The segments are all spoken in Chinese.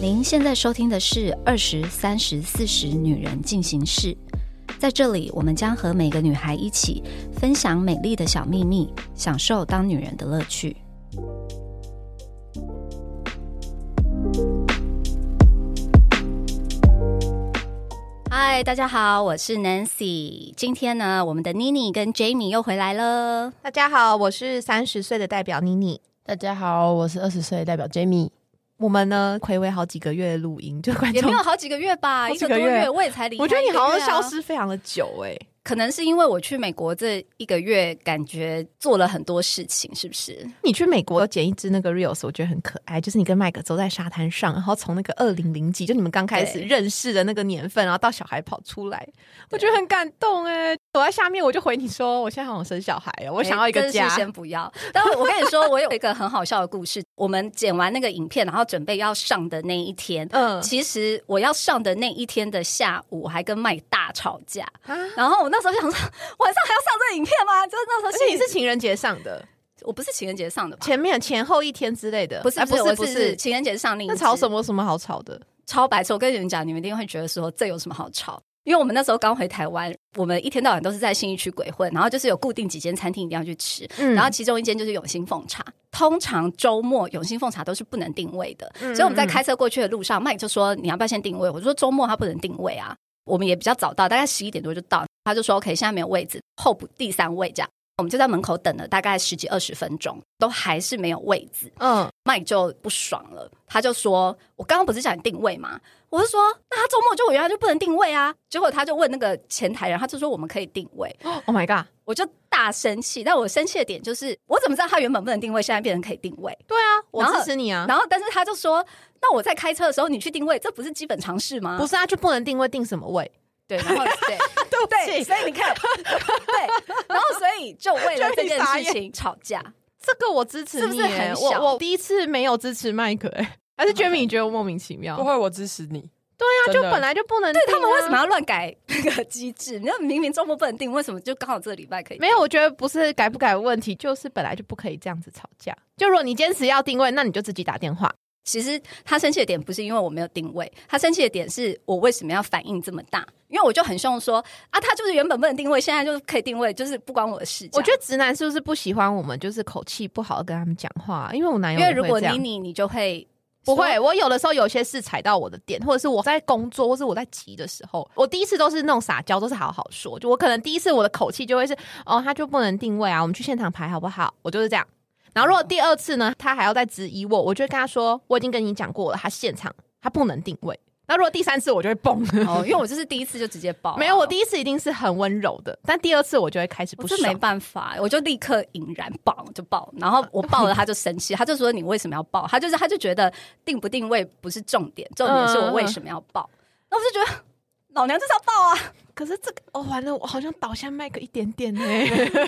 您现在收听的是《二十三十四十女人进行式》，在这里，我们将和每个女孩一起分享美丽的小秘密，享受当女人的乐趣。嗨，大家好，我是 Nancy。今天呢，我们的 Nini 跟 Jamie 又回来了。大家好，我是三十岁的代表妮妮。大家好，我是二十岁代表 Jamie。我们呢，暌违好几个月录音，就观也众没有，好几个月吧，哎好一几个个多月月，我也才离开一我个觉月啊。得你好像消失非常的久哎、可能是因为我去美国这一个月，感觉做了很多事情，是不是？你去美国剪一支那个 reels，我觉得很可爱，就是你跟麦克走在沙滩上，然后从那个二零零几，就你们刚开始对认识的那个年份，然后到小孩跑出来，我觉得很感动哎、我在下面我就回你说，我现在好想生小孩哦，我想要哎一个真是家。先不要。但我跟你说，我有一个很好笑的故事。我们剪完那个影片，然后准备要上的那一天，嗯其实我要上的那一天的下午，我还跟麦大吵架。啊，而然后我那时候就想说，晚上还要上这影片吗？就是那时候且心你里是情人节上的，我不是情人节上的吧？前面前后一天之类的，不是哎不是不是我不是是，情人节上另一那吵支什么有什么好吵的？超白痴。我跟你们讲，你们一定会觉得说这有什么好吵？因为我们那时候刚回台湾，我们一天到晚都是在信义区鬼混，然后就是有固定几间餐厅一定要去吃，嗯然后其中一间就是永兴凤茶。通常周末永兴凤茶都是不能定位的，嗯所以我们在开车过去的路上，麦就说你要不要先定位？我就说周末他不能定位啊，我们也比较早到，大概十一点多就到，他就说 OK，现在没有位置，候补第三位这样。我们就在门口等了大概十几二十分钟，都还是没有位置。嗯， Mike 就不爽了，他就说：“我刚刚不是叫你定位吗？”我是说，那他周末就我原来就不能定位啊。结果他就问那个前台人，他就说我们可以定位， Oh my god！我就大生气。但我生气的点就是，我怎么知道他原本不能定位，现在变成可以定位？对啊，我然后支持你啊。然后，但是他就说，那我在开车的时候你去定位，这不是基本常识吗？不是啊，就不能定位定什么位？对，然后 对对对，所以你看， 对，然后所以就为了这 件事情吵架。这个我支持是不你是耶，很小我我第一次没有支持麦克、哎， 还是 Jamie 你觉得我莫名其妙？不对会，我支持你。啊，就真的本来就不能、啊对他们为什么？要乱改那个机制？那明明周末不能定，为什么就刚好这个礼拜可以定？没有，我觉得不是改不改的问题，就是本来就不可以这样子吵架。就如果你坚持要定位，那你就自己打电话。其实他生气的点不是因为我没有定位，他生气的点是我为什么要反应这么大？因为我就很凶说啊，他就是原本不能定位，现在就可以定位，就是不关我的事。我觉得，得直男是不是不喜欢我们就是口气不好地跟他们讲话？啊因为我男友因为也如会果这样你你你就会不说会，我有的时候有些事踩到我的点，或者是我在工作，或是我在急的时候，我第一次都是那种撒娇，都是好好说。就我可能第一次我的口气就会是，哦，他就不能定位啊，我们去现场排好不好？我就是这样。然后如果第二次呢，他还要再质疑我，我就会跟他说，我已经跟你讲过了，他现场他不能定位。那如果第三次我就会蹦，哦，因为我就是第一次就直接爆啊、没有，我第一次一定是很温柔的，但第二次我就会开始我不是没爽。办法，我就立刻引燃爆就爆，然后我爆了他就生气，他就说你为什么要爆？他就是他就觉得定不定位不是重点，重点是嗯我为什么要爆？那我就觉得老娘就是要爆啊！可是这个哦，完了，我好像倒下麦克一点点呢、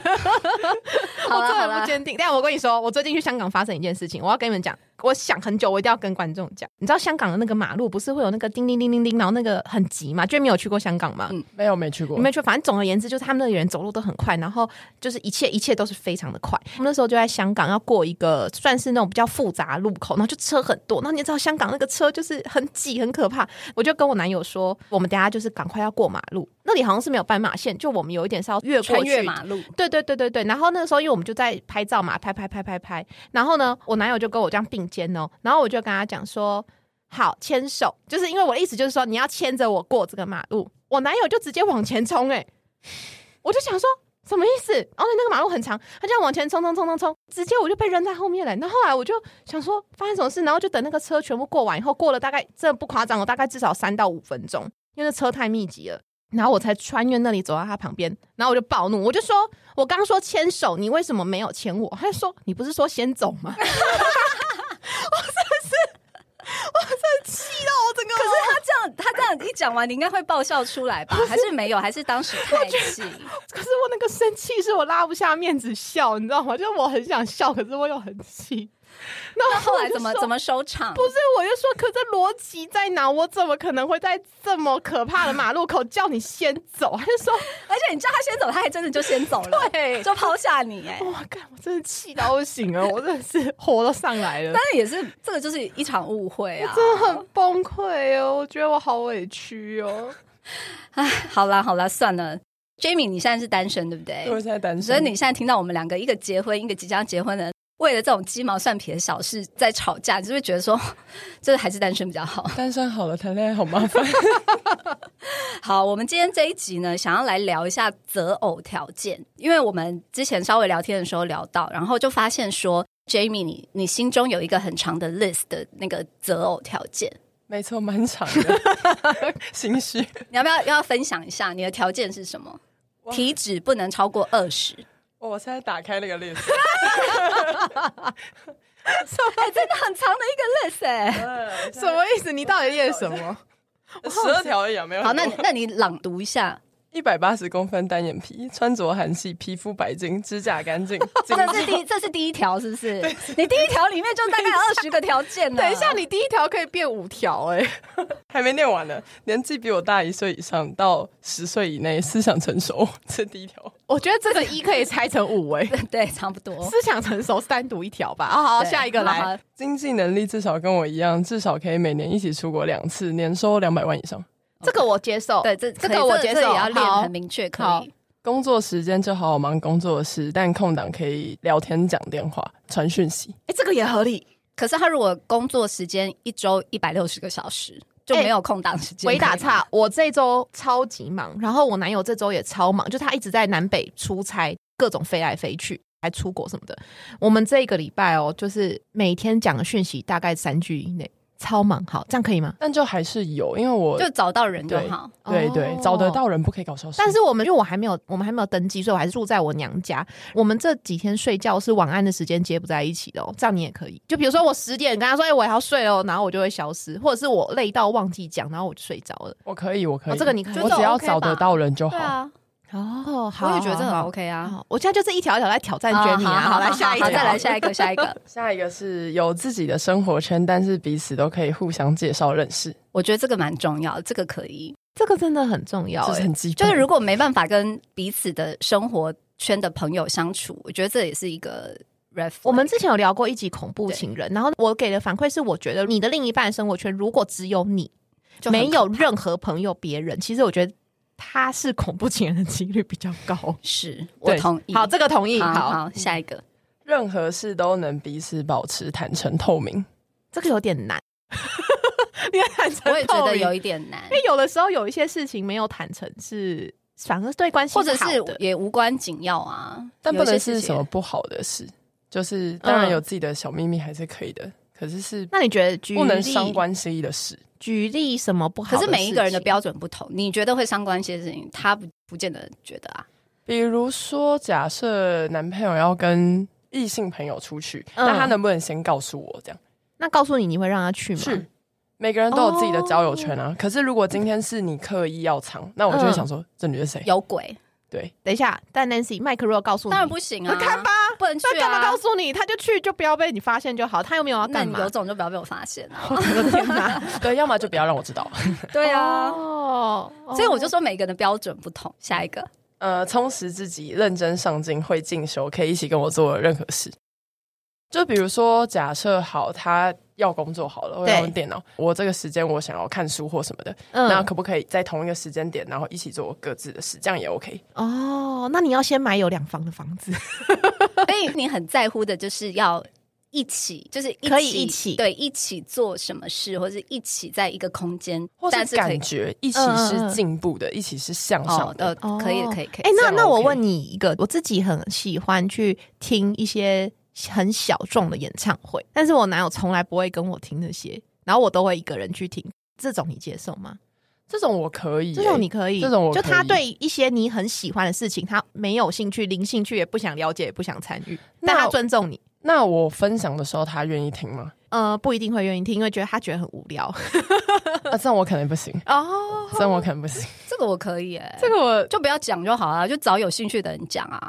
好了我真好的了不，坚定。但我跟你说，我最近去香港发生一件事情，我要跟你们讲。我想很久，我一定要跟观众讲。你知道香港的那个马路不是会有那个叮叮叮叮叮，然后那个很急嘛？就没有去过香港嘛？嗯没有，没去过你。们就反正总而言之，就是他们那里人走路都很快，然后就是一切一切都是非常的快。我们那时候就在香港要过一个算是那种比较复杂的路口，然后就车很多，然后你也知道香港那个车就是很挤很可怕。我就跟我男友说，我们等一下就是赶快要过马路，那里好像是没有斑马线，就我们有一点是要越过穿去越的马路，对对对对对，然后那个时候因为我们就在拍照嘛，拍拍拍拍拍，然后呢，我男友就跟我这样并肩哦，然后我就跟他讲说，好牵手，就是因为我的意思就是说你要牵着我过这个马路，我男友就直接往前冲、欸，哎，我就想说什么意思？然后那个马路很长，他这样往前冲冲冲冲冲，直接我就被扔在后面了。那欸后来我就想说发生什么事，然后就等那个车全部过完以后，过了大概这不夸张哦，大概至少三到五分钟，因为那车太密集了。然后我才穿越那里走到他旁边，然后我就暴怒，我就说：“我刚说牵手，你为什么没有牵我？”他就说：“你不是说先走吗？”我真的是，我真的气到我整个。可是他这样他这样一讲完，你应该会爆笑出来吧？还是没有？还是当时太气？ 可是我那个生气是我拉不下面子笑，你知道吗？就是我很想笑，可是我又很气。那那后来怎么怎么？么收场？不是，我就说，可这逻辑在哪？我怎么可能会在这么可怕的马路口叫你先走？他就说，而且你叫他先走，他还真的就先走了，对就抛下你哎、哇，干，我真的气到不行了，我真的是火都上 来了但，是也是这个就是一场误会啊！真的很崩溃哦，我觉得我好委屈哦。好啦好啦，算了，Jamie，你现在是单身对不对？因为我现在单身，所以你现在听到我们两个一个结婚，一个即将结婚的人，为了这种鸡毛蒜皮的小事在吵架，你是不是觉得说， 这还是单身比较好？单身好了，谈恋爱好麻 烦。好，我们今天这一集呢，想要来聊一下择偶条件，因为我们之前稍微聊天的时候聊到，然后就发现说，Jamie，你你心中有一个很长的 list 的那个择偶条件，没错，蛮长的， 心虚。你要不要要分享一下你的条件是什么？哇体脂不能超过二十，我现在打开那个 list， 哎、真的很长的一个 list 哎、什么意思？你到底列什么？十二条而已啊，没有很多。好，那你那你朗读一下，一百八十公分单眼皮，穿着韩系，皮肤白净，指甲干 净。精哦这是第这是第一条是不是？你第一条里面就大概二十个条件了。等一下，你第一条可以变五条哎、还没念完呢，年纪比我大一岁以上到十岁以内，思想成熟， 这第一条。我觉得这个一可以拆成五哎、 对，差不多。 思想成熟是单独一条吧？啊、好，对下一个来。，经济能力至少跟我一样，至少可以每年一起出国两次，年收两百万以上。这个我接受，对，这哦这可以个我接这受，也要练好很明确，可好以。工作时间就好好忙工作的事，但空档可以聊天、讲电话、传讯息。哎，这个也合理。可是他如果工作时间一周一百六十个小时，就没有空档时间。维哎打，岔，我这周超级忙，然后我男友这周也超忙，就他一直在南北出差，各种飞来飞去，还出国什么的。我们这一个礼拜哦，就是每天讲的讯息大概三句以内，超忙。好，这样可以吗？但就还是有，因为我就找到人就好。对对、哦找得到人不可以搞消失。但是我们因为我还没有我们还没有登记，所以我还是住在我娘家。我们这几天睡觉是晚安的时间接不在一起的哦，这样你也可以。就比如说我十点跟他说，哎、我也要睡了哦，然后我就会消失，或者是我累到忘记讲，然后我就睡着了。我可以，我可以，哦这个你可以我只要找得到人就好。对啊，哦，好，我也觉得这很好 OK 啊。哦好，我现在就是一条一条在挑战好 Jenny 啊。好，来下一好条，再来下一个，下一个。 下一个是有自己的生活圈，但是彼此都可以互相介绍认识，我觉得这个蛮重要，这个可以。这个真的很重要这是哎。很基本。就是如果没办法跟彼此的生活圈的朋友相处，我觉得这也是一个 ref。我们之前有聊过一集恐怖情人，然后我给的反馈是，我觉得你的另一半生活圈如果只有你，就很没有任何朋友别人，其实我觉得他是恐怖情人的几率比较高。是我同意。好，这个同意。好好，好，下一个。任何事都能彼此保持坦诚透明，这个有点难。 你的坦诚，我也觉得有，一点 难因，为有的时候有一些事情没有坦诚是反而对关系或者好是的也无关紧要啊。但不有能一些是事情什么不好的事。就是当然嗯有自己的小秘密还是可以的，可是是那你觉得举例不能伤关系的事。举例什么不好？可是每一个人的，标准不同，你觉得会伤关系的事情，他不不见得觉得啊。比如说，假设男朋友要跟异性朋友出去，嗯那他能不能先告诉我这样？那告诉你你会让他去吗？是，每个人都有自己的交友圈哦啊。可是如果今天是你刻意要藏，那我嗯就会想说，这女的是谁？有鬼，对，等一下，但 Nancy 麦克若告诉你，当然不行啊！那看吧，不能去那干嘛啊告！诉你？他就去，就不要被你发现就好。他又没有要那干你嘛有？ 种就不要被我发现 啊！我的天 哪！对，要么就不要让我知道。对啊，哦，所以我就说每个人的标准不同。下一个，呃，充实自己，认真上进，会进修，可以一起跟我做任何事。就比如说，假设好他要工作好了，我对要用电脑，我这个时间我想要看书或什么的，那嗯，可不可以在同一个时间点，然后一起做各自的事，这样也 OK？哦，那你要先买有两房的房子，所以你很在乎的就是要一起，就是一起可以一起对一起做什么事，或者一起在一个空间，或但是可以感觉一起嗯嗯是嗯进步的，一起是向哦上的的。，哦可以可以可以。哎，那这样那我 OK 问你一个，我自己很喜欢去听一些很小众的演唱会，但是我男友从来不会跟我听那些，然后我都会一个人去听。这种你接受吗？这种我可以、欸，这种你可以，这种我就他可以对一些你很喜欢的事情，他没有兴趣、零兴趣，也不想了解，也不想参与，那但他尊重你。那我分享的时候，他愿意听吗？呃，不一定会愿意听，因为觉得他觉得很无 聊。啊，这样我可能不行，哦，这样我可能不行。这个我可以、欸，这个我就不要讲就好啊，就找有兴趣的人讲啊，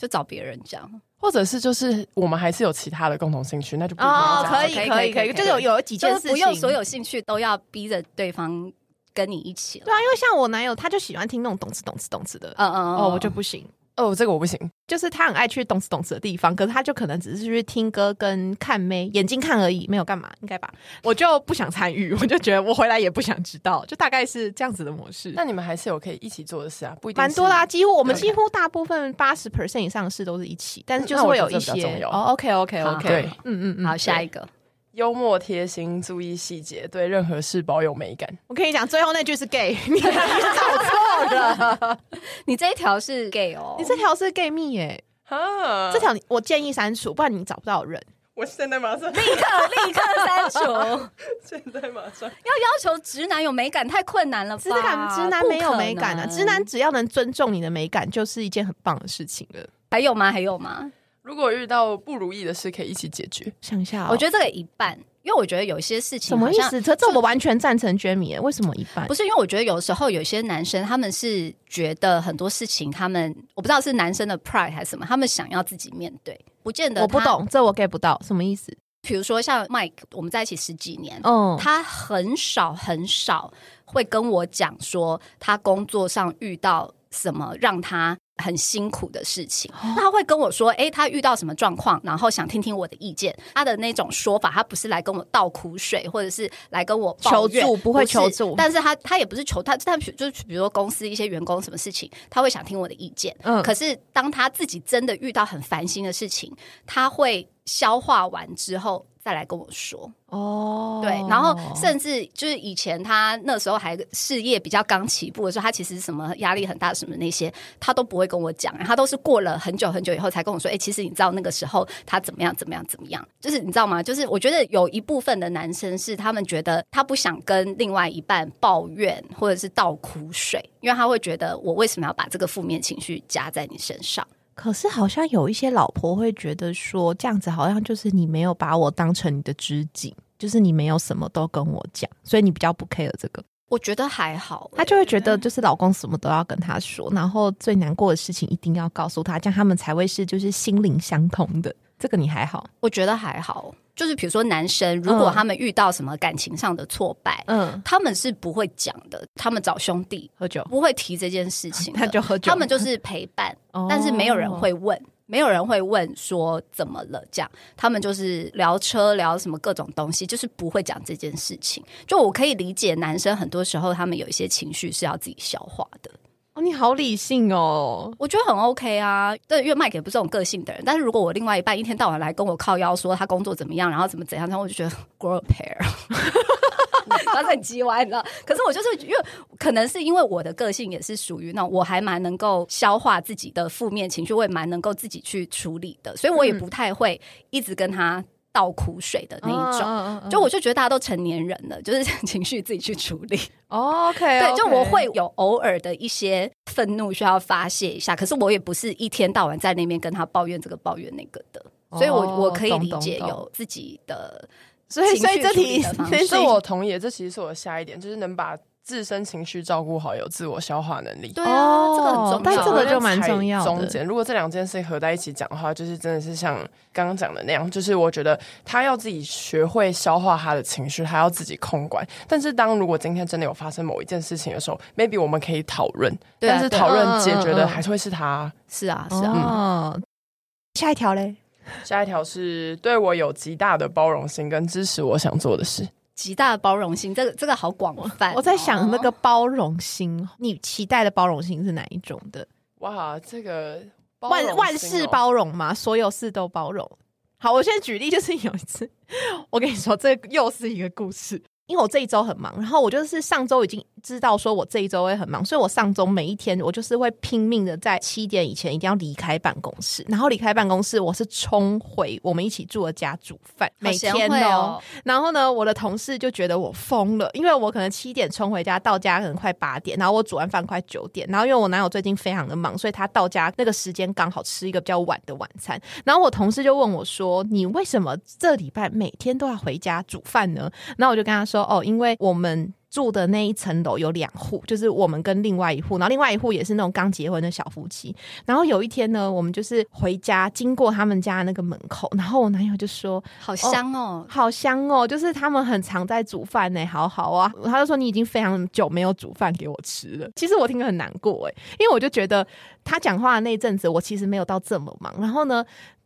就找别人讲。或者是就是我们还是有其他的共同兴趣，那就不一定要哦，讲可可以以可可以以可可以，以就是有有几件就是事情，不用所有兴趣都要逼着对方跟你一起了对。啊，因为像我男友他就喜欢听那种懂词懂词懂词的，嗯嗯嗯哦，我就不行。哦，这个我不行。就是他很爱去懂词懂词的地方，可是他就可能只是去听歌跟看妹，眼睛看而已，没有干嘛，应该吧？我就不想参与，我就觉得我回来也不想知道，就大概是这样子的模式。那你们还是有可以一起做的事啊，不一定蛮多的、啊，啦。几乎我们对几乎大部分八十 percent 以上的事都是一起，但是就是那我会觉有得一这比较重些要哦，OK OK 好 OK，对嗯嗯嗯，好，下对一个幽默贴心，注意细节，对任何事保有美感。我跟你讲，最后那句是 gay，你你找错了，你这一条是 gay 哦，你这条是 gay 蜜耶，啊，这条你我建议删除，不然你找不到人。我现在马上，立刻立刻删除， 要现在马上。要求直男有美感太困难了吧？直男直男没有美感不啊，可能直男只要能尊重你的美感，就是一件很棒的事情了。还有吗？还有吗？如果遇到不如意的事，可以一起解决。想一下哦、我觉得这个一半，因为我觉得有一些事情什哦么好意像思？这这我完全赞成 Jamie，耶为什么一半？不是因为我觉得有时候有些男生他们是觉得很多事情，他们我不知道是男生的 pride 还是什么，他们想要自己面对，不见得我不他。懂，这我 get 不到，什么意思？比如说像 Mike，我们在一起十几年，嗯，他很少很少会跟我讲说他工作上遇到什么让他很辛苦的事情。哦那他会跟我说，诶，他遇到什么状况，然后想听听我的意见。他的那种说法，他不是来跟我倒苦水，或者是来跟我抱怨求助不会是求助但是他他也不是求他，但比就是比如说公司一些员工什么事情，他会想听我的意见。嗯可是当他自己真的遇到很烦心的事情，他会消化完之后再来跟我说。哦对，然后甚至就是以前他那时候还事业比较刚起步的时候，他其实什么压力很大什么那些，他都不会跟我讲，啊他都是过了很久很久以后才跟我说，哎、其实你知道那个时候他怎么样怎么样怎么样，就是你知道吗？就是我觉得有一部分的男生是他们觉得他不想跟另外一半抱怨或者是倒苦水，因为他会觉得我为什么要把这个负面情绪加在你身上？可是好像有一些老婆会觉得说，这样子好像就是你没有把我当成你的知己，就是你没有什么都跟我讲，所以你比较不 care 这个。我觉得还好、她就会觉得就是老公什么都要跟她说，然后最难过的事情一定要告诉她，这样他们才会是就是心灵相通的。这个你还好，我觉得还好，就是比如说男生如果嗯他们遇到什么感情上的挫败，嗯，他们是不会讲的，他们找兄弟喝酒，不会提这件事情的， 他就喝酒，他们就是陪伴，哦，但是没有人会问，没有人会问说怎么了这样，他们就是聊车聊什么各种东西，就是不会讲这件事情。就我可以理解，男生很多时候他们有一些情绪是要自己消化的，哦，你好理性哦，我觉得很 OK 啊。对，因为麦克也不是这种个性的人，但是如果我另外一半一天到晚来跟我靠腰说他工作怎么样，然后怎么怎样，然后我就觉得 grow a pair。他 很叽歪，你知道？可是我就是因为可能是因为我的个性也是属于那种我还蛮能够消化自己的负面情绪，我也蛮能够自己去处理的，所以我也不太会一直跟他倒苦水的那一种。种就我就觉得大家都成年人了，就是 情绪自己去处理。哦 OK，对，就我会有偶尔的一些愤怒需要发泄一下，可是我也不是一天到晚在那边跟他抱怨这个抱怨那个的，所以我、哦我可以懂理懂解懂有自己的所以所以情绪这处理题的方这式题所以我同意，这其实是我的下一点，就是能把自身情绪照顾好，有自我消化能力。对啊，这个很重哦要，但这个就蛮才重要的中间如果这两件事合在一起讲的话，就是真的是像刚刚讲的那样，就是我觉得他要自己学会消化他的情绪，他要自己控管。但是当如果今天真的有发生某一件事情的时候，maybe 我们可以讨论，对啊但是对啊讨嗯嗯论嗯解决嗯的还是会是他。是啊是啊，哦，下一条嘞，下一条是对我有极大的包容心跟支持我想做的事。极大的包容性，这个这个好广泛哦、我在想那个包容心，你期待的包容心是哪一种的？哇，这个包容万心哦万事包容吗？所有事都包容？好，我先举例，就是有一次，我跟你说，这又是一个故事。因为我这一周很忙，然后我就是上周已经知道说我这一周会很忙，所以我上周每一天我就是会拼命的在七点以前一定要离开办公室，然后离开办公室我是冲回我们一起住的家煮饭，每贤天惠哦。然后呢，我的同事就觉得我疯了，因为我可能七点冲回家，到家可能快八点，然后我煮完饭快九点，然后因为我男友最近非常的忙，所以他到家那个时间刚好吃一个比较晚的晚餐。然后我同事就问我说：“你为什么这礼拜每天都要回家煮饭呢？”然后我就跟他说：“哦，因为我们。”住的那一层楼有两户，就是我们跟另外一户，然后另外一户也是那种刚结婚的小夫妻。然后有一天呢，我们就是回家，经过他们家那个门口，然后我男友就说：“好香哦，好香哦！就是他们很常在煮饭呢、好好啊。他就说你已经非常久没有煮饭给我吃了。其实我听得很难过哎、因为我就觉得他讲话的那一阵子，我其实没有到这么忙。然后呢，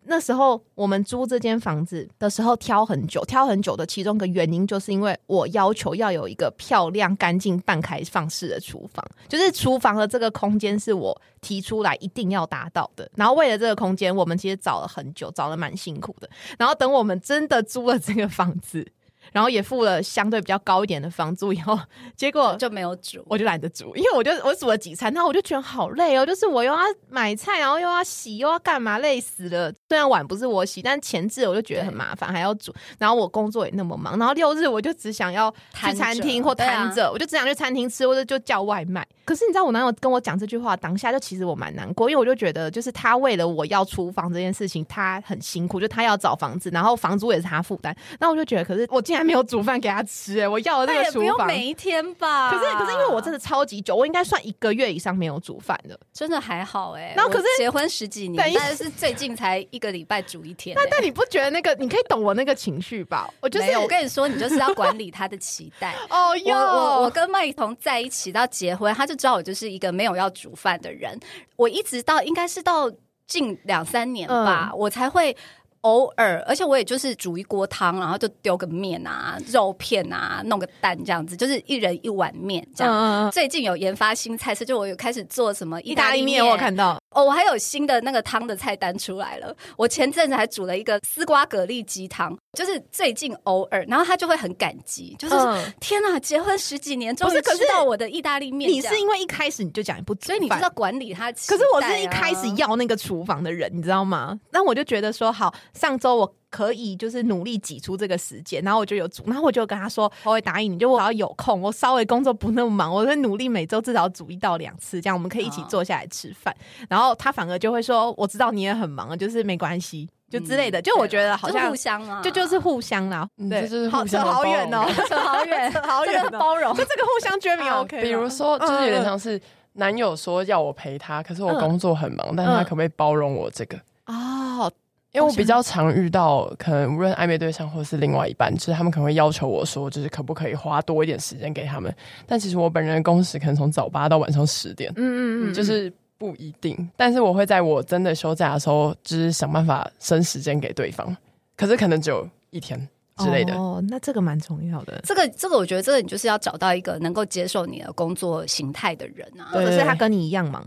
那时候我们租这间房子的时候挑很久，挑很久的其中一个原因就是因为我要求要有一个漂亮、干净、半开放式的厨房，就是厨房的这个空间是我提出来一定要达到的。然后为了这个空间，我们其实找了很久，找了蛮辛苦的。然后等我们真的租了这个房子，然后也付了相对比较高一点的房租以后，结果就没有煮。哦我就懒得煮，因为我就我煮了几餐，然后我就觉得好累哦，就是我又要买菜，然后又要洗，又要干嘛，累死了。虽然碗不是我洗，但前置我就觉得很麻烦，还要煮，然后我工作也那么忙，然后六日我就只想要去摊着餐厅或对啊摊着，我就只想去餐厅吃，或者就叫外卖。可是你知道，我男友跟我讲这句话当下，就其实我蛮难过，因为我就觉得，就是他为了我要厨房这件事情，他很辛苦，就他要找房子，然后房租也是他负担，那我就觉得，可是我竟然没有煮饭给他吃、哎，我要的那那也个厨不用房。每一天吧。可是可是因为我真的超级久，我应该算一个月以上没有煮饭的。真的还好哎、然后可是我结婚十几年等，一下但是最近才一个礼拜煮一天、欸。但但你不觉得那个？你可以懂我那个情绪吧？我就是没有，我跟你说，你就是要管理他的期待。哦我哟，我我跟麦彤在一起到结婚，他就知道我就是一个没有要煮饭的人。我一直到应该是到近两三年吧，嗯我才会偶尔，而且我也就是煮一锅汤，然后就丢个面啊、肉片啊、弄个蛋这样子，就是一人一碗面这样。嗯嗯嗯最近有研发新菜色，就我有开始做什么意意大大利利面面，我有看到，哦，我还有新的那个汤的菜单出来了。我前阵子还煮了一个丝瓜蛤蜊鸡汤，就是最近偶尔，然后他就会很感激，就是说、嗯天哪，结婚十几年终不于是可是吃到我的意大利面这你样，是因为一开始你就讲你不煮所以你就饭是要。管理他的期待啊、可是我是一开始要那个厨房的人，你知道吗？那我就觉得说，好，上周我可以就是努力挤出这个时间，然后我就有煮，然后我就跟他说，我会答应你，就我要有空，我稍微工作不那么忙，我会努力每周至少煮一到两次，这样我们可以一起哦坐下来吃饭。然后他反而就会说，我知道你也很忙，就是没关系，就之类的。就我觉得好对啊就是像互相啊，就就是互相啦，嗯对，这就是好互相扯的好包远哦、容扯好远扯好远这哦、个包容就。这个互相觉得啊 OK，比吗如说，就是有嗯点嗯像是男友说要我陪他，可是我嗯工作很忙，但他嗯可不可以包容我这个？哦，因为我比较常遇到，可能无论暧昧对象或是另外一半，就是他们可能会要求我说，就是可不可以花多一点时间给他们。但其实我本人的工时可能从早八到晚上十点，嗯嗯嗯，就是不一定。但是我会在我真的休假的时候，就是想办法生时间给对方。可是可能只有一天之类的。哦，那这个蛮重要的。这个这个，我觉得这个你就是要找到一个能够接受你的工作形态的人啊。对可是他跟你一样忙，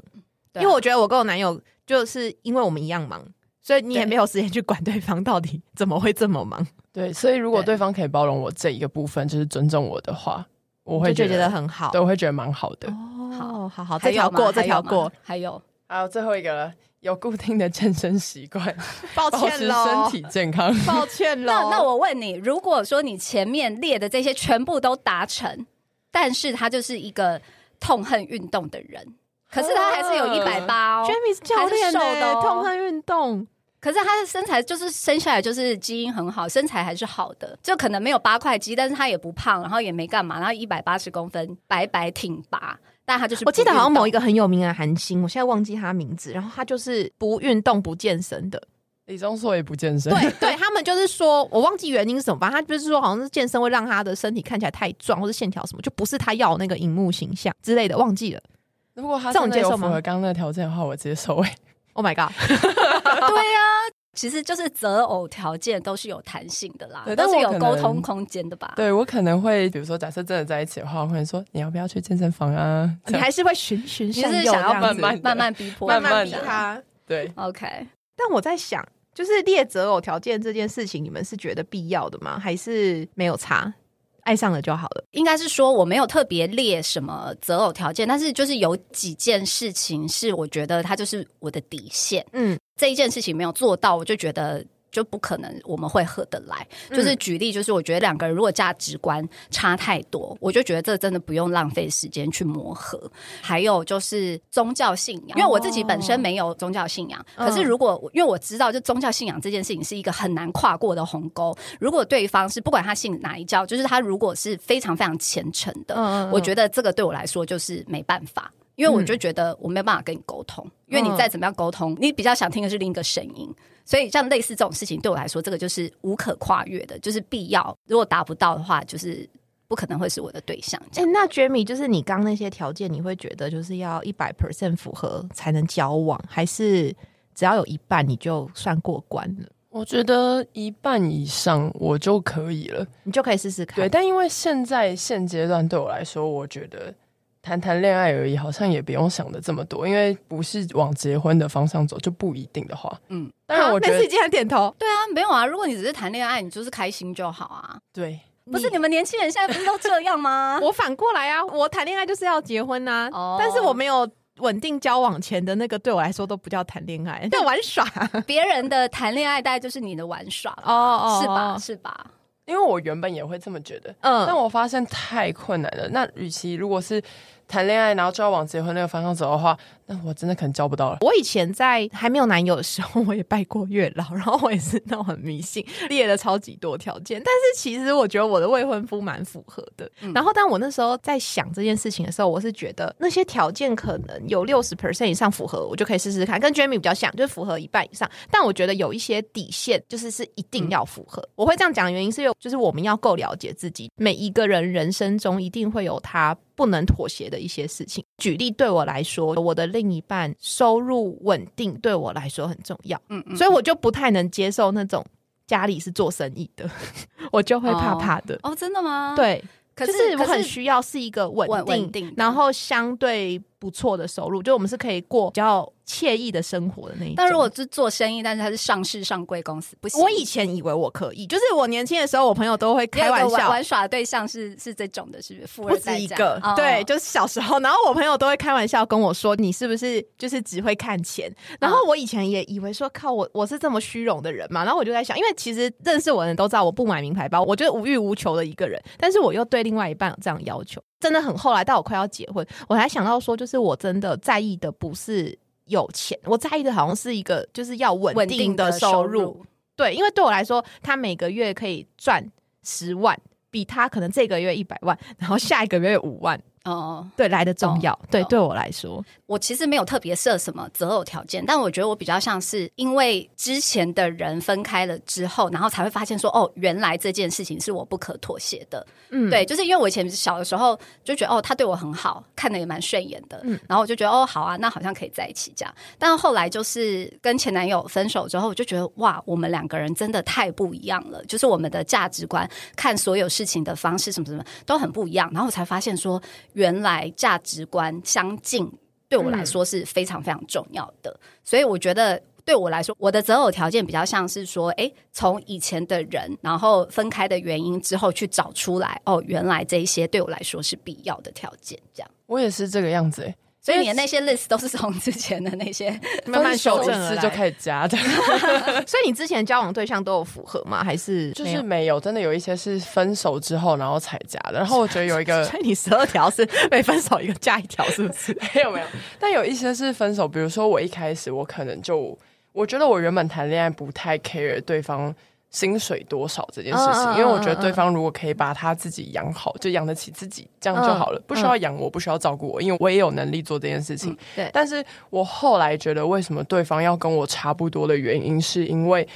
对啊因为我觉得我跟我男友就是因为我们一样忙，所以你也对没有时间去管对方到底怎么会这么忙，对，所以如果对对方可以包容我这一个部分，就是尊重我的话，我会就觉觉得很好。对，我会觉得蛮好的。哦，好好，还这条有吗过，这还有条吗过，还有还有最后一个了，有固定的健身习惯，抱 保歉持喽身，体健康。 抱歉那喽。那我问你，如果说你前面列的这些全部都达成，但是他就是一个痛恨运动的人，可是他还是有一百八哦。 Jamie 是教练还是瘦呢的，哦痛恨运动，可是他的身材哦就是生下来就是基因很好，身材还是好的，就可能没有八块肌，但是他也不胖，然后也没干嘛，然后一百八十公分，白白挺拔，但他就是我记得好像某 一个个很有名的韩星，我现在忘记他名字，然后他就是不运动不健身的，李钟硕也不健 身，对对，他们就是说，我忘记原因是什么，反正他就是说，好像是健身会让他的身体看起来太壮，或是线条什么，就不是他要的那个荧幕形象之类的，忘记了。如果他这种真的接有受符吗合刚刚那个条件的话，我接受、 欸。 Oh my god！对呀、啊。其实就是择偶条件都是有弹性的啦对，但都是我有可能沟通空间的吧？对我可能会，比如说，假设真的在一起的话，我可能说你要不要去健身房啊？这你样还是会循循你善是诱想这要样慢子慢地慢慢逼迫，慢慢逼地他。对， OK，但我在想，就是列择偶条件这件事情，你们是觉得必要的吗？还是没有差？爱上了就好了。应该是说我没有特别列什么择偶条件，但是就是有几件事情是我觉得它就是我的底线。嗯，这一件事情没有做到，我就觉得就不可能我们会合得来。嗯就是举例，就是我觉得两个人如果价值观差太多，我就觉得这真的不用浪费时间去磨合。还有就是宗教信仰，因为我自己本身没有宗教信仰，哦可是如果因为我知道，就宗教信仰这件事情是一个很难跨过的鸿沟。如果对方是不管他信哪一教，就是他如果是非常非常虔诚的，嗯我觉得这个对我来说就是没办法，因为我就觉得我没有办法跟你沟通，因为你再怎么样沟通，你比较想听的是另一个声音，所以像类似这种事情对我来说，这个就是无可跨越的，就是必要。如果达不到的话，就是不可能会是我的对象。这哎、样那 Jamie，就是你刚那些条件，你会觉得就是要一百 percent 符合才能交往，还是只要有一半你就算过关了，我觉得一半以上我就可以了。你就可以试试看？对，但因为现在现阶段对我来说，我觉得谈谈恋爱而已，好像也不用想的这么多，因为不是往结婚的方向走就不一定的话，嗯嗯。当然，我觉那次得竟然点头，？对啊，没有啊，如果你只是谈恋爱，你就是开心就好啊。对，不是你们年轻人现在不是都这样吗 我反过来啊，我谈恋爱就是要结婚呐、哦但是我没有稳定交往前的那个，对我来说都不叫谈恋爱，叫玩耍。别人的谈恋爱大概就是你的玩耍了，哦是吧？？是吧？因为我原本也会这么觉得，但嗯，我发现太困难了。那与其如果是谈恋爱，然后就要往结婚那个方向走的话，那我真的可能交不到了。我以前在还没有男友的时候，我 也拜过月老，然后我也是那种很迷信，列了超级多条件。但是其实我觉得我的未婚夫蛮符合的。然后，但我那时候在想这件事情的时候，我是觉得那些条件可能有六十 percent 以上符合，我就可以试试看，跟 Jamie 比较像，就是符合一半以上。但我觉得有一些底线，就是是一定要符合。我会这样讲的原因是因为，就是我们要够了解自己，每一个人人生中一定会有他不能妥协的一些事情。举例对我来说，我的另一半收入稳定对我来说很重要，嗯嗯。所以我就不太能接受那种家里是做生意的， 我就会怕怕的。哦，真的吗？，对，可就是我很可需要是一个稳稳定，稳定的然后相对不错的收入，就我们是可以过比较惬意的生活的那一种。但如果是做生意，但是它是上市上柜公司，不行。我以前以为我可以，就是我年轻的时候，我朋友都会你有开一个玩玩笑，玩耍的对象是是这种的，是不是？富不二止代一这个样，哦对，就是小时候，然后我朋友都会开玩笑跟我说，你是不是就是只会看钱？然嗯后我以前也以为说，靠，我我是这么虚荣的人嘛，然后我就在想，因为其实认识我的人都知道，我不买名牌包，我就是无欲无求的一个人，但是我又对另外一半有这样要求，真的很后来到我快要结婚，我才想到说，就是我真的在意的不是。有钱，我在意的好像是一个就是要稳稳定定的的收收入，入。对，因为对我来说，他每个月可以赚十万，比他可能这个月一百万，然后下一个月五万，哦，对来的重要。对，懂对我来 说，我其实没有特别设什么择偶条件，但我觉得我比较像是因为之前的人分开了之后，然后才会发现说，哦，原来这件事情是我不可妥协的。嗯，对，就是因为我以前小的时候就觉得哦，他对我很好，看的也蛮顺眼的，嗯然后我就觉得哦，好啊，那好像可以在一起这样。但后来就是跟前男友分手之后，我就觉得哇，我们两个人真的太不一样了，就是我们的价值观、看所有事情的方式什么什么都很不一样。然后我才发现说，原来价值观相近对我来说是非常非常重要的。嗯所以我觉得对我来说，我的择偶条件比较像是说，诶，从以前的人，然后分开的原因之后去找出来，哦，原来这一些对我来说是必要的条件，这样。我也是这个样子、欸，所以你的那些 list 都是从之前的那 些，慢慢分手修正一而次来就开始加的， 所以你之前交往对象都有符合吗？还是就没是有？没有，真的有一些是分手之后然后才加的。然后我觉得有一 个所以你十二条是每分手一个加一条，是不是？ 没有没有，但有一些是分手，比如说我一开始我可能就我觉得我原本谈恋爱不太 care 对方薪水多少这件事情，嗯嗯嗯因为我觉得对方如果可以把他自己养好，就养得起自己，这样就好了，不需要养我，不需要照顾我，因为我也有能力做这件事情。嗯对但是我后来觉得，为什么对方要跟我差不多的原因，是因为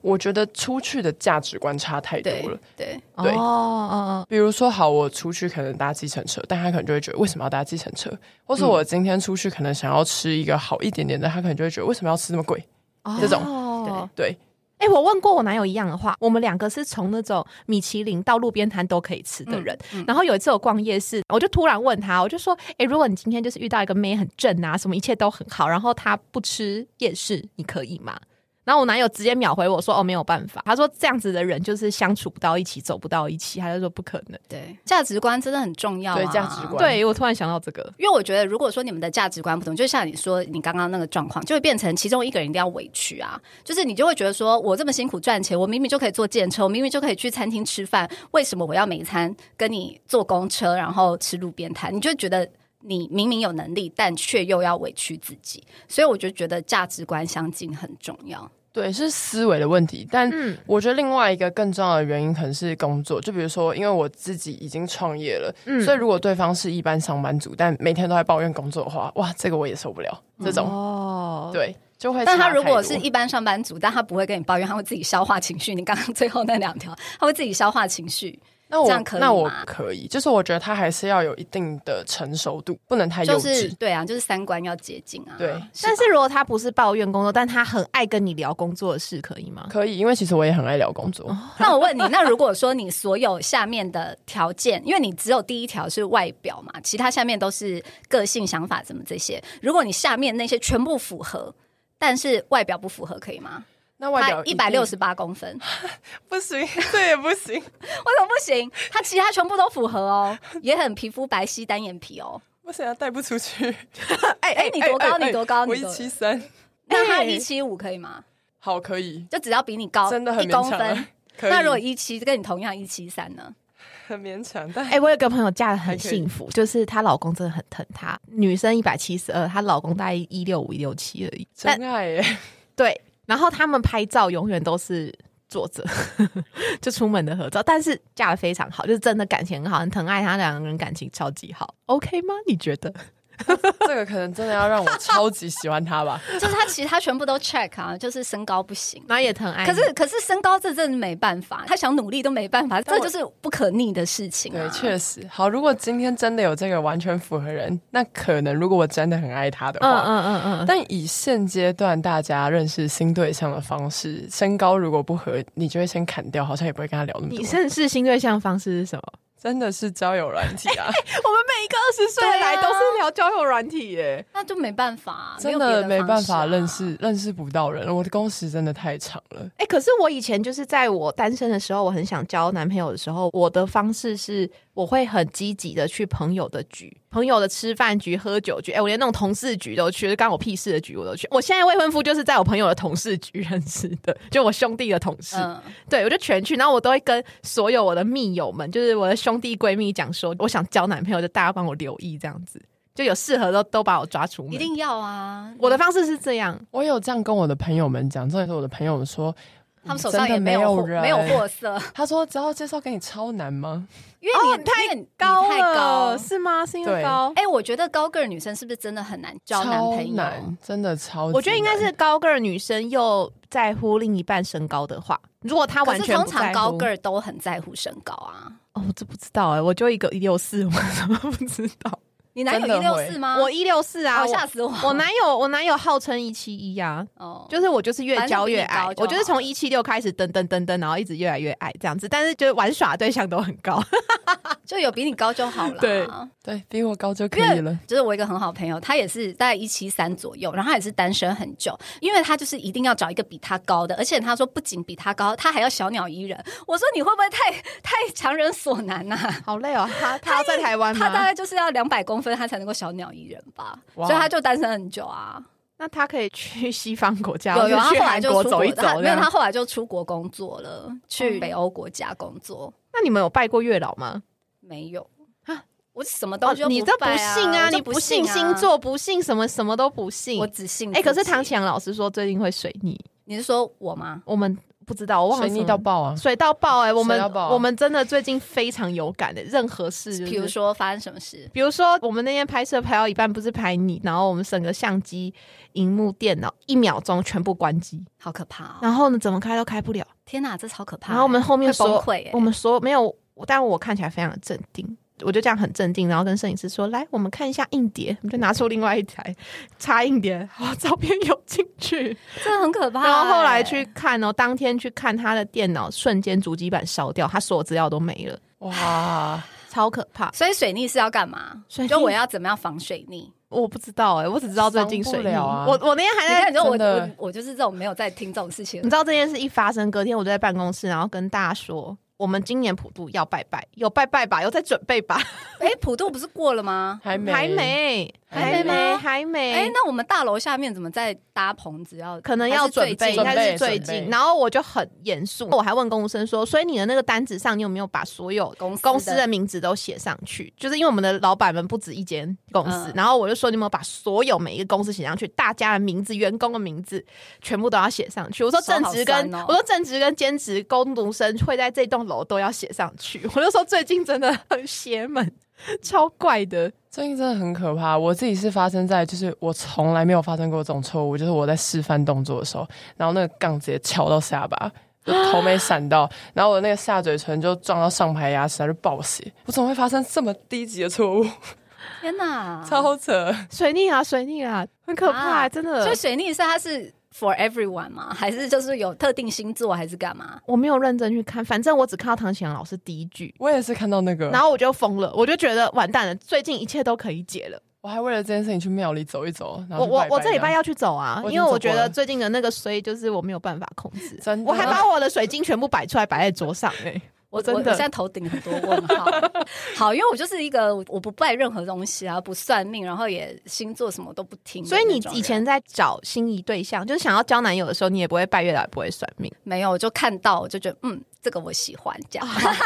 我觉得出去的价值观差太多对了。对，对哦哦，哦比如说，好，我出去可能搭计程车，但他可能就会觉得为什么要搭计程车？或是我今天出去可能想要吃一个好一点点的，他可能就会觉得为什么要吃那么贵？哦这种种对，哎、我问过我男友一样的话，我们两个是从那种米其林到路边摊都可以吃的人。然后有一次我逛夜市，我就突然问他，我就说：“哎、如果你今天就是遇到一个妹很正啊，什么一切都很好，然后她不吃夜市，你可以吗？”然后我男友直接秒回我说：“哦，没有办法。”他说：“这样子的人就是相处不到一起，走不到一起。”他就说：“不可能。对，价值观真的很重要、啊。对价值观”对，我突然想到这个，因为我觉得，如果说你们的价值观不同，就像你说你刚刚那个状况，就会变成其中一个人一定要委屈啊，就是你就会觉得说，我这么辛苦赚钱，我明明就可以坐电车，我明明就可以去餐厅吃饭，为什么我要每一餐跟你坐公车，然后吃路边摊？你就会觉得你明明有能力，但却又要委屈自己，所以我就觉得价值观相近很重要。对，是思维的问题。但嗯我觉得另外一个更重要的原因可能是工作，就比如说，因为我自己已经创业了，嗯所以如果对方是一般上班族，但每天都在果怨工作的话，哇，这个我也受不了。这种、哦，对，就会。嗯但他如果是一般上班族，但他不会跟你抱怨，他会自己消化情绪。你刚刚最后那两条，他会自己消化情绪，那我这样可以那我吗可以，就是我觉得他还是要有一定的成熟度，不能太幼就稚。是对啊，就是三观要接近啊。对但 但是是如果他不是抱怨工作，但他很爱跟你聊工作的事，可以吗？可以，因为其实我也很爱聊工作。那我问你，那如果说你所有下面的条件，因为你只有第一条是外表嘛，其他下面都是个性、想法怎么这些，如果你下面那些全部符合。但是外表不符合可以吗？那外他表一百六定十八公分，为不行，这也不行，什么不行？他其他全部都符合哦，也很皮肤白皙、单眼皮 哦。不行啊，带不出去。哎 哎、你多高？你多高？我你一多七三，那他哎一七五可以吗？好，可以，就只要比你高真的很一勉公强啊分了。。 可以那如果一七跟你同样一七三呢？很勉强， 但 哎、我有个朋友嫁的很还可以幸福，就是她老公真的很疼她。女生一百七十二，她老公大概一六五一六七而已。但真爱耶！对，然后他们拍照永远都是坐着， 就出门的合照，但是嫁的非常好，就是真的感情很好，很疼爱他，两个人感情超级好，OK 吗？你觉得？ 这个可能真的要让我超级喜欢他吧。就是他其实他全部都 check 啊，就是身高不行。 然后也疼哎爱你，可是可是身高这真的没办法，他想努力都没办法，但这我就是不可逆的事情、对啊。，确实好。如果今天真的有这个完全符合人，那可能如果我真的很爱他的嗯话，嗯嗯嗯，但以现阶段大家认识新对象的方式，身高如果不合，你就会先砍掉，好像也不会跟他聊那么你多。认识新对象方式是什么？真的是交友软体 我啊，们每一个二十岁对啊来都是聊交友软体耶，那就没办法、啊，哎真有别的的没方办式法啊认识认识不到人。我的工时真的太长了。哎、可是我以前就是在我单身的时候，我很想交男朋友的时候，我的方式是我会很积极的去朋友的局、朋友的吃饭局、喝酒局，哎、我连那种同事局都去，就干我屁事的局我都去。我现在未婚夫就是在我朋友的同事局认识的，就我兄弟的同事，嗯，对我就全去，然后我都会跟所有我的密友们，就是我的兄弟闺蜜讲说，我想交男朋友，就大家帮我留意这样子，就有适合都都把我抓出门。一定要啊！我的方式是这样，我有这样跟我的朋友们讲，重点是我的朋友们说，他们手上真的也没没有货人哦没有货色，他说只要介绍给你超难吗？因为你、哦太因为你高太高了，。是吗？是因为对高？哎、我觉得高个儿女生是不是真的很难交男朋超友？难，真的超级难。我觉得应该是高个儿女生又在乎另一半身高的话，如果她可完是全通不常在乎高个儿都很在乎身高啊。哦，我这不知道哎、我就一个一六四，我怎么不知 道？你男真友一的六会四吗？我一六四啊，哦，我吓死我！ 我男友我男友号称一七一啊，哦，就是我就是越交越反正矮比你高就，好我就是从一七六开始登登登登，然后一直越来越矮这样子，但是就是玩耍对象都很高， 就有比你高就好了。对对比我高就可以因了为。就是我一个很好的朋友，他也是大概一七三左右，然后他也是单身很久，因为他就是一定要找一个比他高的，而且他说不仅比他高，他还要小鸟依人。我说你会不会太太强人所难啊呐、好累哦。他他要在台湾 他大吗？概就是要两百公分，他才能够小鸟依人吧，哇所以他就单身很久啊。那他可以去西方国家，有有，他或者后去来韩啊就国出走一国走他这没有，样。他后来就出国工作了，去北欧国家工作，那你们有拜过月老吗？没有啊我什么东西、哦你这不信啊！你不信啊星，座，不信什么什么都不信我。只信自己。哎、可是唐启阳老师说最近会水逆，你是说我吗？我们不知道，我忘了水逆什么到爆啊！水到爆哎、我们水到爆我们真的最近非常有感的、任何事、就是，比如。说发生什么事？比如说，我们那天拍摄拍到一半，不是拍你，然后我们整个相机、荧幕、电脑一秒钟全部关机，好可怕、哦！然后呢，怎么开都开不了。天哪，这超可怕欸！然后我们后面会崩所溃欸我们所有没有，但我看起来非常的镇定，我就这样很镇定，然后跟摄影师说：“来，我们看一下硬碟。”我们就拿出另外一台插硬碟，好，照片有进去。这很可怕欸。然后后来去看哦，当天去看他的电脑，瞬间主机板烧掉，他所有资料都没了，哇，超可怕。所以水逆是要干嘛？水逆哎就我要怎么样防水逆？我不知道哎、我只知道最近水防不逆。了啊我我那天还你在看，你说我真的我我就是这种没有在听这种事情 你知，道这件事一发生，隔天我就在办公室，然后跟大家说，我们今年普渡要拜拜，有拜拜吧，有在准备吧，哎，普渡不是过了吗？还没还没，还没没，吗还没，哎，那我们大楼下面怎么在搭棚子？要可能要准备，应还是最近该是最准备近。准备然后我就很严肃，我还问公务生说：“所以你的那个单子上，你有没有把所有公司公司的名字都写上去？就是因为我们的老板们不止一间公司，嗯然后我就说你有没有把所有每一个公司写上去，大家的名字、员工的名字全部都要写上去。我说手好正职跟、酸哦我说正职跟兼职工读生会在这栋楼都要写上去。我就说最近真的很邪门，超怪的。最近真的很可怕，我自己是发生在就是我从来没有发生过这种错误，就是我在示范动作的时候，然后那个杠直接敲到下巴，就头没闪到， 然后我那个下嘴唇就撞到上排牙齿，它就爆血。我怎么会发生这么低级的错误？天啊哪，超扯！水逆啊，水逆啊，很可怕，啊真的。所以水逆是它是 for everyone 吗？还是就是有特定星座，还是干嘛？我没有认真去看，反正我只看到唐启阳老师第一句，我也是看到那个，然后我就疯了，我就觉得完蛋了，最近一切都可以解了。我还为了这件事情去庙里走一走。然我后我我这礼拜要要去走啊，我已因经为我走过觉得了最近的那个衰就是我没有办法控制，真的我还把我的水晶全部摆出来摆在桌上哎、我真我我的现在头顶很多问 号。好，因为我就是一个我不拜任何东西啊，不算命，然后也星座什么都不听的所以你那种人以前在找心仪对象，就是想要交男友的时候，你也不会拜月老，也不会算命。 没有，我就看到我就觉得嗯，这个我喜欢这样。啊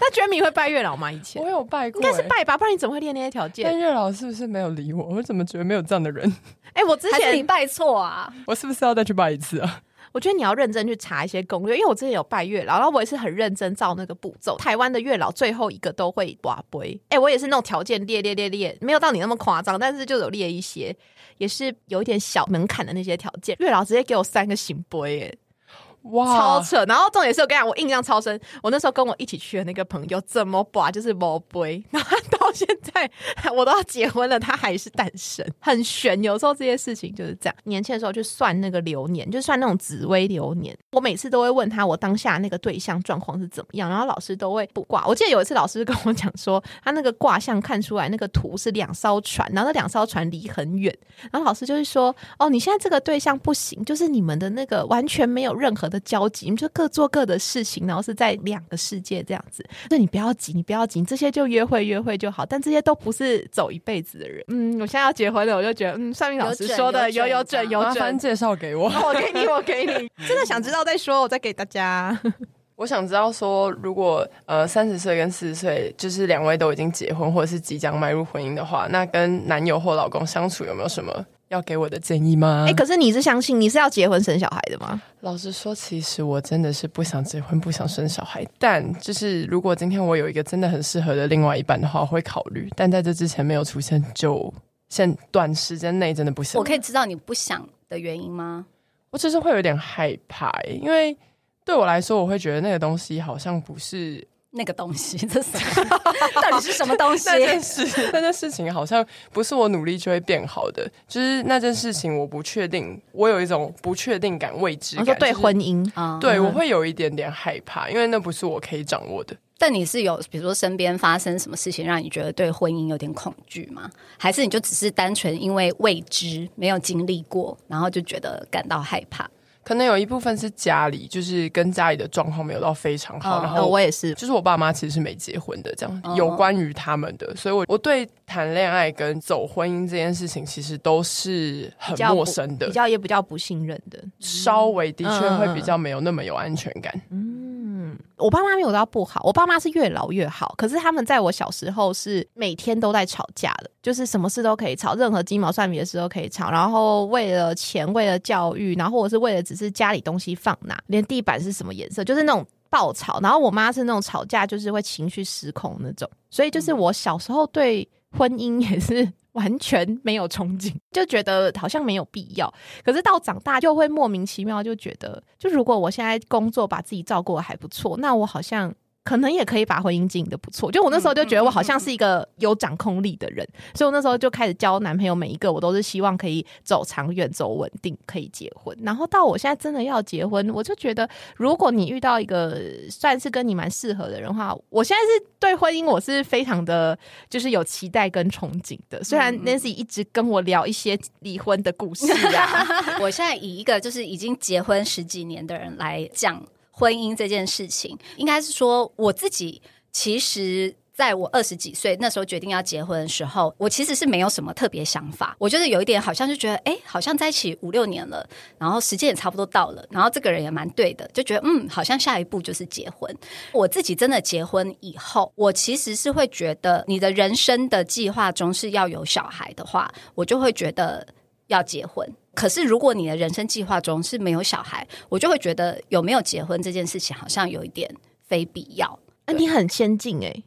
那 Jamie 会拜月老吗？以前我有拜过、应该是欸拜吧，不然你怎么会列那些条件但？月老是不是没有理我？我怎么觉得没有这样的人？ 哎、我之还是你前拜错啊？我是不是要再去拜一次啊？我觉得你要认真去查一些攻略，因为我之前有拜月老，然后我也是很认真照那个步骤。台湾的月老最后一个都会挂杯，哎、我也是那种条件列列列列，没有到你那么夸张，但是就有列一些，也是有一点小门槛的那些条件。月老直接给我三个醒杯，哎，超哇！扯。然后重点是我跟你讲，我印象超深，我那时候跟我一起去的那个朋友怎么把就是某杯，然后他到现在我都要结婚了，他还是单身，很悬。有时候这些事情就是这样。年轻的时候去算那个流年，就算那种紫微流年，我每次都会问他我当下那个对象状况是怎么样，然后老师都会卜卦。我记得有一次老师跟我讲说，他那个卦象看出来那个图是两艘船，然后那两艘船离很远，然后老师就会说：“哦，你现在这个对象不行，就是你们的那个完全没有任何的交集，你们就各做各的事情，然后是在两个世界这样子。所以你不要急，你不要急，你这些就约会约会就好，但这些都不是走一辈子的人。嗯，我现在要结婚了，我就觉得，嗯，算命老师有准说的有有有准准这有麻准烦。介绍给我。哦我给你，我给你。真的想知道再说，我再给大家。嗯我想知道说，如果呃三十岁跟四十岁，就是两位都已经结婚或者是即将迈入婚姻的话，那跟男友或老公相处有没有什么要给我的建议吗？哎、可是你是相信你是要结婚生小孩的吗？老实说，其实我真的是不想结婚，不想生小孩。但就是如果今天我有一个真的很适合的另外一半的话，我会考虑。但在这之前没有出现就，现短时间内真的不行。 我可以知道你不想的原因吗？我就是会有点害怕、欸因为对我来说，我会觉得那个东西好像不是那个东西，这是什么到底是什么 东西？那件事， 那件事情好像不是我努力就会变好的，就是那件事情我不确定，我有一种不确定感、未知我哦感。说对就是婚姻，嗯啊对我会有一点点害怕，因为那不是我可以掌握的。但你是有，比如说身边发生什么事情，让你觉得对婚姻有点恐惧吗？还是你就只是单纯因为未知，没有经历过，然后就觉得感到害怕？可能有一部分是家里，就是跟家里的状况没有到非常好，嗯然呃，后我也 哦是。就是我爸妈其实是没结婚的，这样、嗯有关于他们的，所以我我对谈恋爱跟走婚姻这件事情其实都是很比较不陌生的比，较也比较不信任的，稍微的确嗯会比较没有那么有安全感。嗯，我爸妈没有到不好，我爸妈是越老越好，可是他们在我小时候是每天都在吵架的，就是什么事都可以吵，任何鸡毛蒜皮的事都可以吵，然后为了钱，为了教育，然后或者是为了只是家里东西放哪，连地板是什么颜色，就是那种爆吵。然后我妈是那种吵架就是会情绪失控那种，所以就是我小时候对婚姻也是 完全没有憧憬，就觉得好像没有必要。可是到长大就会莫名其妙就觉得，就如果我现在工作把自己照顾的还不错，那我好像可能也可以把婚姻经营的不错。就我那时候就觉得我好像是一个有掌控力的人，所以我那时候就开始交男朋友，每一个我都是希望可以走长远、走稳定，可以结婚。然后到我现在真的要结婚，我就觉得，如果你遇到一个算是跟你蛮适合的人的话，我现在是对婚姻我是非常的，就是有期待跟憧憬的。虽然嗯嗯 Nancy 一直跟我聊一些离婚的故事啊， 我现在以一个就是已经结婚十几年的人来讲婚姻这件事情，应该是说我自己其实。在我二十几岁那时候决定要结婚的时候，我其实是没有什么特别想法。我就是有一点好像就觉得，哎、好像在一起五六年了，然后时间也差不多到了，然后这个人也蛮对的，就觉得嗯，好像下一步就是结婚。我自己真的结婚以后，我其实是会觉得，你的人生的计划中是要有小孩的话，我就会觉得要结婚。可是，如果你的人生计划中是没有小孩，我就会觉得有没有结婚这件事情好像有一点非必要。啊你很先进哎、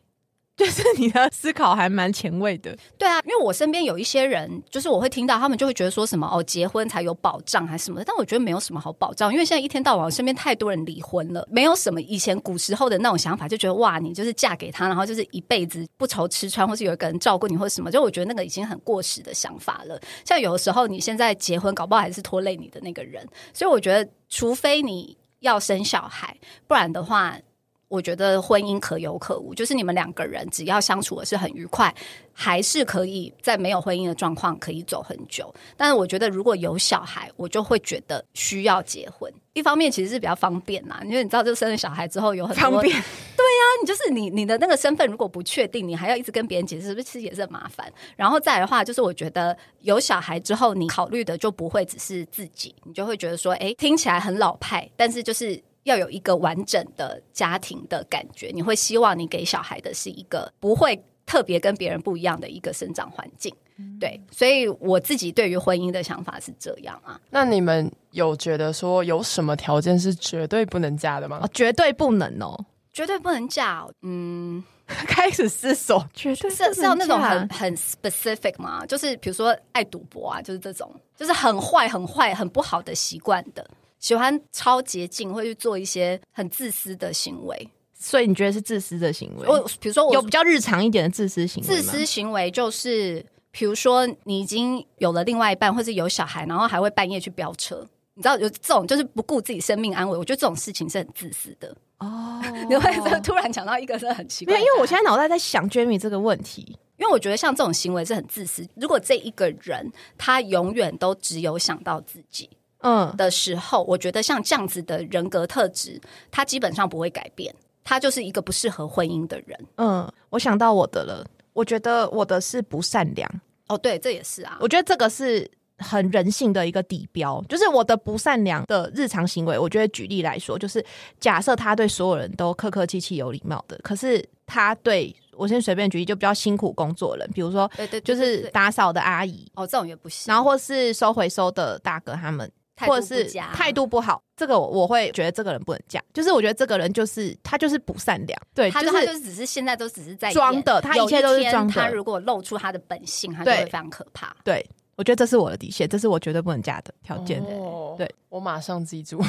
就是你的思考还蛮前卫的。对啊，因为我身边有一些人，就是我会听到他们就会觉得说什么哦，结婚才有保障还是什么的，但我觉得没有什么好保障，因为现在一天到晚我身边太多人离婚了，没有什么以前古时候的那种想法，就觉得哇，你就是嫁给他，然后就是一辈子不愁吃穿，或是有一个人照顾你或者什么，就我觉得那个已经很过时的想法了。像有的时候你现在结婚，搞不好还是拖累你的那个人，所以我觉得，除非你要生小孩，不然的话。我觉得婚姻可有可无，就是你们两个人只要相处的是很愉快，还是可以在没有婚姻的状况可以走很久。但是我觉得如果有小孩，我就会觉得需要结婚。一方面其实是比较方便啦，因为你知道，就生了小孩之后有很多方便，你就是你你的那个身份如果不确定，你还要一直跟别人解释，是不是其实也是很麻烦？然后再来的话，就是我觉得有小孩之后，你考虑的就不会只是自己，你就会觉得说，哎，听起来很老派，但是就是。要有一个完整的家庭的感觉，你会希望你给小孩的是一个不会特别跟别人不一样的一个生长环境，对，所以我自己对于婚姻的想法是这样啊。那你们有觉得说有什么条件是绝对不能嫁的吗哦？，绝对不能哦！绝对不能嫁哦、嗯，开始思索，绝对是是要那种很很 specific 吗？就是比如说爱赌博啊，就是这种，就是很坏、很坏、很不好的习惯的，喜欢超捷径，会去做一些很自私的行为。所以你觉得是自私的行为？我比如说有我比较日常一点的自私行为自吗私行为就是，比如说你已经有了另外一半，或是有小孩，然后还会半夜去飙车。你知道有这种就是不顾自己生命安危，我觉得这种事情是很自私的。哦你会 突然讲到一个真的很奇没怪的答案，有，因为我现在脑袋在想 Jamie 这个问题，因为我觉得像这种行为是很自私。如果这一个人他永远都只有想到自己嗯，的时候，我觉得像这样子的人格特质，他基本上不会改变，他就是一个不适合婚姻的人。嗯，我想到我的了。我觉得我的是不善良，哦，对，这也是啊。我觉得这个是很人性的一个底标，就是我的不善良的日常行为。我觉得举例来说，就是假设他对所有人都客客气气、有礼貌的，可是他对我先随便举例，就比较辛苦工作的人，比如说对对，就对对是对打扫的阿姨，哦，这种也不行。然后或是收回收的大哥他们，态度或者是不佳态度不好，这个我我会觉得这个人不能嫁，就是我觉得这个人就是他就是不善良，对，他就他是就是只是现在都只是在演装的他一有切都是天装的他如果露出他的本性，他就对会非常可 怕。对我觉得这是我的底线，这是我绝对不能嫁的条件。哦对，我马上记住。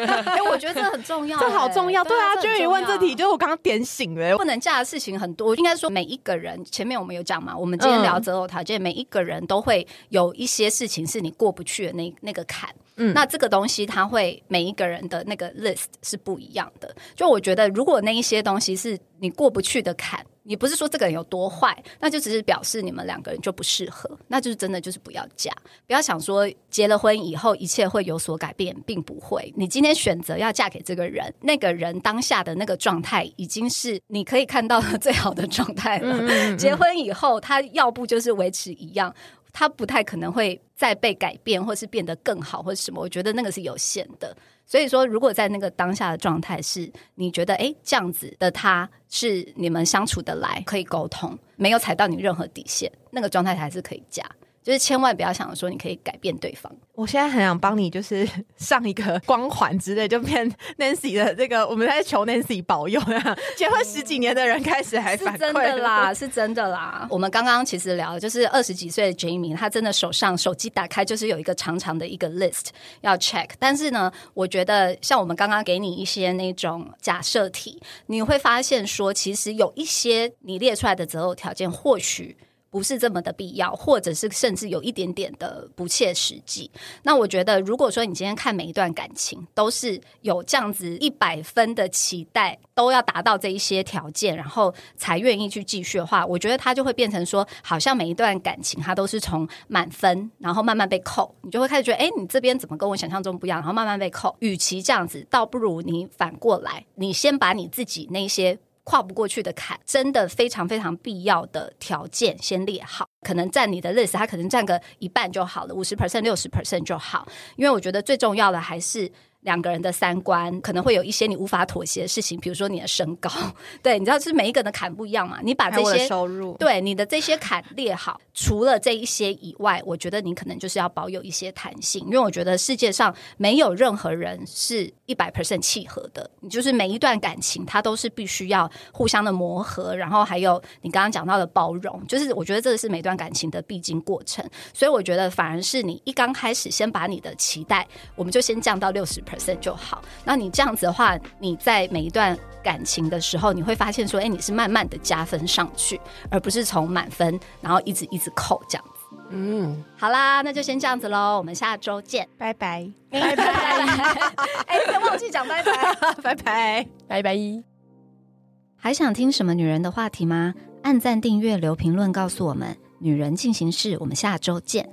哎，我觉得这很重要，这好重要，哎对啊这很，Jerry 重问这题，要就是我刚刚点醒了，不能嫁的事情很多，应该说每一个人，前面我们有讲嘛，我们今天聊择偶条件，每一个人都会有一些事情是你过不去的那那个坎。嗯那这个东西，它会每一个人的那个 list 是不一样的。就我觉得，如果那一些东西是你过不去的坎，你不是说这个人有多坏，那就只是表示你们两个人就不适合，那就是真的就是不要嫁。不要想说结了婚以后一切会有所改变，并不会。你今天选择要嫁给这个人，那个人当下的那个状态已经是你可以看到的最好的状态了。结婚以后，他要不就是维持一样，他不太可能会再被改变，或是变得更好，或是什么。我觉得那个是有限的。所以说，如果在那个当下的状态是你觉得诶这样子的他是你们相处得来，可以沟通，没有踩到你任何底线，那个状态还是可以嫁。就是千万不要想着说你可以改变对方。我现在很想帮你，就是 上一个光环之类，就变 Nancy 的这个，我们在求 Nancy 保佑啊！结婚十几年的人开始还是反馈真的啦， 是真的啦。我们刚刚其实聊，就是二十几岁的 Jamie，他真的手上手机打开就是有一个长长的一个 list 要 check。但是呢，我觉得像我们刚刚给你一些那种假设题，你会发现说，其实有一些你列出来的择偶条件，或许。不是这么的必要，或者是甚至有一点点的不切实际。那我觉得，如果说你今天看每一段感情都是有这样子一百分的期待，都要达到这一些条件，然后才愿意去继续的话，我觉得它就会变成说，好像每一段感情它都是从满分，然后慢慢被扣，你就会开始觉得，哎，你这边怎么跟我想象中不一样？然后慢慢被扣。与其这样子，倒不如你反过来，你先把你自己那些跨不过去的坎，真的非常非常必要的条件先列好，可能占你的 list，它可能占个一半就好了，五十 percent、六十 percent 就好。因为我觉得最重要的还是两个人的三观，可能会有一些你无法妥协的事情，比如说你的身高， 对，你知道，就是每一个人的坎不一样嘛，你把还这有我的些。收入，对你的这些坎列好，除了这一些以外，我觉得你可能就是要保有一些弹性，因为我觉得世界上没有任何人是一百 percent 契合的，你就是每一段感情它都是必须要互相的磨合，然后还有你刚刚讲到的包容，就是我觉得这是每段感情的必经过程，所以我觉得反而是你一刚开始先把你的期待，我们就先降到六十 percent 就好，那你这样子的话，你在每一段感情的时候，你会发现说，哎，你是慢慢的加分上去。而不是从满分然后一直一直扣这样子。嗯，好啦，那就先这样子喽，我们下周见，拜拜，拜 拜。哎，别忘记讲拜拜。 拜拜。拜拜。还想听什么女人的话题吗？按赞、订阅、留评论，告诉我们。女人进行式，我们下周见。